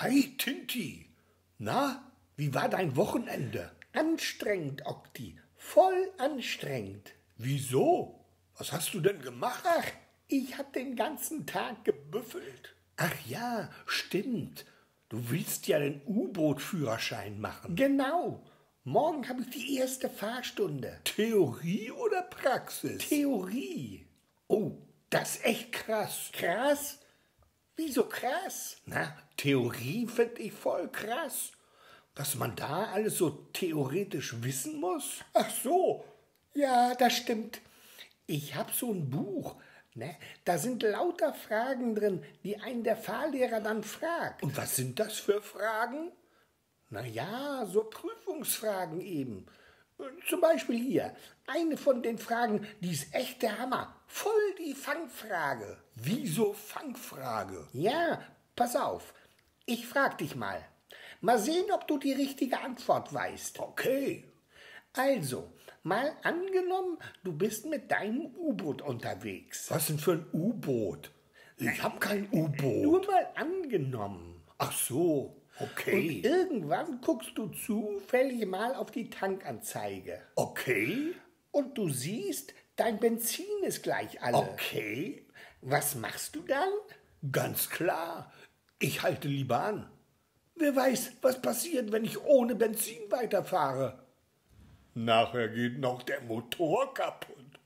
Hi Tinti, na, wie war dein Wochenende? Anstrengend, Okti. Voll anstrengend. Wieso? Was hast du denn gemacht? Ach, ich hab den ganzen Tag gebüffelt. Ach ja, stimmt. Du willst ja den U-Boot-Führerschein machen. Genau. Morgen habe ich die erste Fahrstunde. Theorie oder Praxis? Theorie. oh, das ist echt krass. Krass? Wieso krass? Na, Theorie finde ich voll krass. Dass man da alles so theoretisch wissen muss? Ach so. Ja, das stimmt. Ich hab so ein Buch. Ne? Da sind lauter Fragen drin, die einen der Fahrlehrer dann fragt. Und was sind das für Fragen? Na ja, so Prüfungsfragen eben. Zum Beispiel hier, eine von den Fragen, die ist echt der Hammer. Voll die Fangfrage. Wieso Fangfrage? Ja, pass auf. Ich frag dich mal. Mal sehen, ob du die richtige Antwort weißt. Okay. Also, mal angenommen, du bist mit deinem U-Boot unterwegs. Was denn für ein U-Boot? Ich hab kein U-Boot. Nur mal angenommen. Ach so, Und okay. irgendwann guckst du zufällig mal auf die Tankanzeige. Okay, Und du siehst, dein Benzin ist gleich alle. okay. Was machst du dann? Ganz klar. Ich halte lieber an. Wer weiß, was passiert, wenn ich ohne Benzin weiterfahre. Nachher geht noch der Motor kaputt.